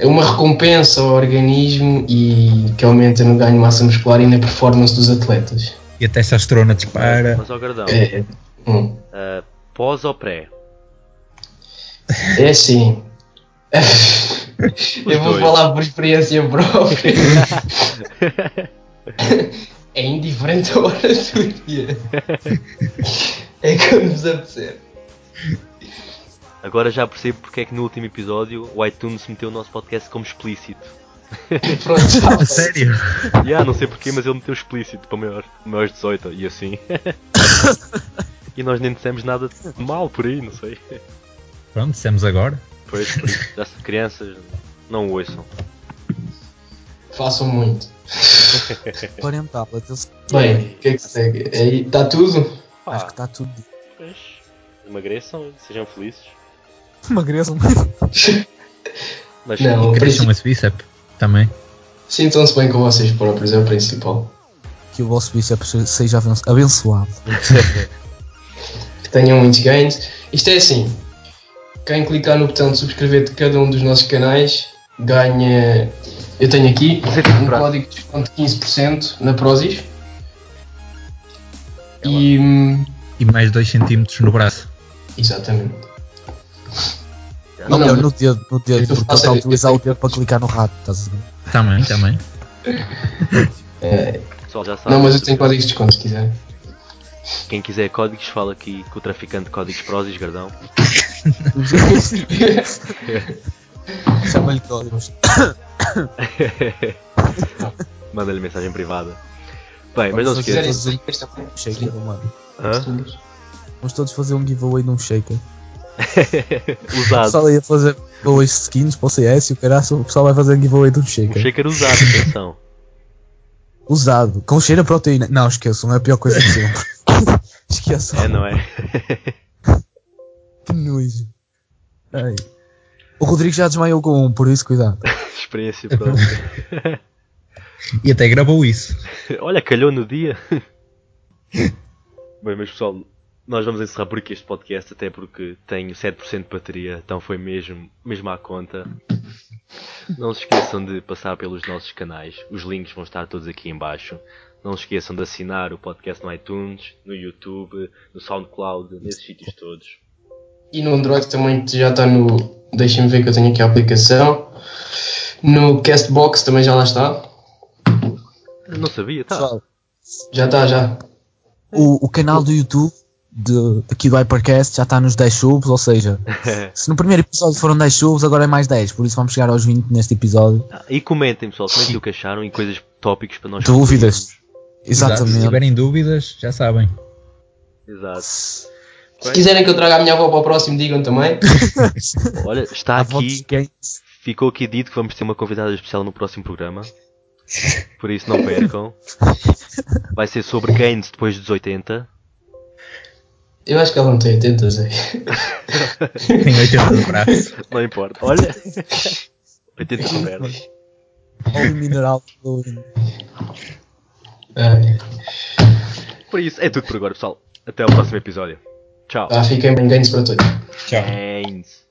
E: uma recompensa ao organismo e que aumenta no ganho de massa muscular e na performance dos atletas.
C: E a testosterona dispara.
B: mas ó Gardão,
E: É, é, hum.
B: ah, pós ou pré?
E: É assim. Eu vou
B: dois.
E: falar por experiência própria. é indiferente a hora do dia. É quando nos apetecer.
B: Agora já percebo porque é que no último episódio o iTunes meteu o nosso podcast como explícito.
E: Pronto, já sei.
C: Sério?
B: E ah, não sei porquê, mas ele meteu explícito para maior, maiores 18 e assim. e nós nem dissemos nada de mal por aí, não sei.
C: Pronto, dissemos agora.
B: Pois, por isso, já se crianças não ouçam.
E: Façam muito.
D: Parental, atenção.
E: Bem, o que é que segue? Aí está tudo?
D: Acho que está tudo dito.
B: Pois, emagreçam, sejam felizes.
D: Emagreçam.
B: Mas
E: Não.
C: Cresçam esse bicep também.
E: Sintam-se bem com vocês próprios, é o principal.
D: Que o vosso bíceps seja abenço- abençoado.
E: Que tenham muitos ganhos. Isto é assim: quem clicar no botão de subscrever de cada um dos nossos canais ganha. Eu tenho aqui um código de desconto de 15% na Prozis. E. hum,
C: E mais 2 cm no braço.
E: Exatamente.
D: Ou
E: Não,
D: melhor,
E: mas-
D: no dedo, no dedo,
E: Eu
D: porque
E: faço-
D: está a
E: eu-
D: utilizar
E: eu-
D: o dedo para clicar no rato, tá estás a ver?
C: Também, também.
E: é,
B: pessoal já sabe.
E: não, mas eu tenho códigos de desconto se quiser.
B: Quem quiser códigos, fala aqui com o traficante de códigos Prozis, Gardão.
D: Chama-lhe códigos.
B: Manda-lhe mensagem privada. Bem, mas não se
E: Se quiserem,
B: esqueçam.
E: sim, esta foi.
D: Shaker, mano.
B: Hã?
D: Vamos todos fazer um giveaway de um shaker. O
E: Ah.
B: Usado.
D: pessoal ia fazer giveaways de skins para o CS e o caraço, o pessoal vai fazer um giveaway de um
B: Um
D: shaker.
B: shaker usado, atenção.
D: Usado, com cheiro a proteína. Não, esqueçam, é a pior coisa de sempre. esqueçam.
B: É, não é?
D: Que nojo. Ai. O Rodrigo já desmaiou com um, por isso cuidado.
B: Experiência própria.
C: E até gravou isso.
B: Olha, calhou no dia. Bem, mas pessoal, nós vamos encerrar por aqui este podcast, até porque tenho 7% de bateria, então foi mesmo, mesmo à conta. Não se esqueçam de passar pelos nossos canais, os links vão estar todos aqui em baixo. Não se esqueçam de assinar o podcast no iTunes, no YouTube, no SoundCloud, nesses sítios todos.
E: E no Android também já está no. Deixem-me ver que eu tenho aqui a aplicação. No Castbox também já lá está.
B: Não sabia, tá?
D: Pessoal,
E: Já está, já.
D: o, o canal do YouTube de, aqui do Hypercast já está nos 10 subs, ou seja, se no primeiro episódio foram 10 subs, agora é mais 10, por isso vamos chegar aos 20 neste episódio.
B: Ah, E comentem, pessoal, comentem o que acharam e coisas, tópicos para nós
D: Dúvidas?
C: Se
D: Exatamente.
C: tiverem dúvidas, já sabem.
B: Exato.
E: Se quiserem que eu traga a minha avó para o próximo, digam também.
B: Olha, está
D: Há votos
B: aqui,
D: quentes.
B: ficou aqui dito que vamos ter uma convidada especial no próximo programa. Por isso não percam. Vai ser sobre Gaines depois dos 80.
E: Eu acho que ela não tem né? 80, Zé.
C: Tem 80 no braço.
B: Não importa. Olha. 80 conversas.
D: Óleo um mineral. do-
E: Ai.
B: Por isso, é tudo por agora, pessoal. Até ao próximo episódio. Tchau.
E: Ah, fiquem bem ganhos para todos.
C: Tchau.
B: Gaines.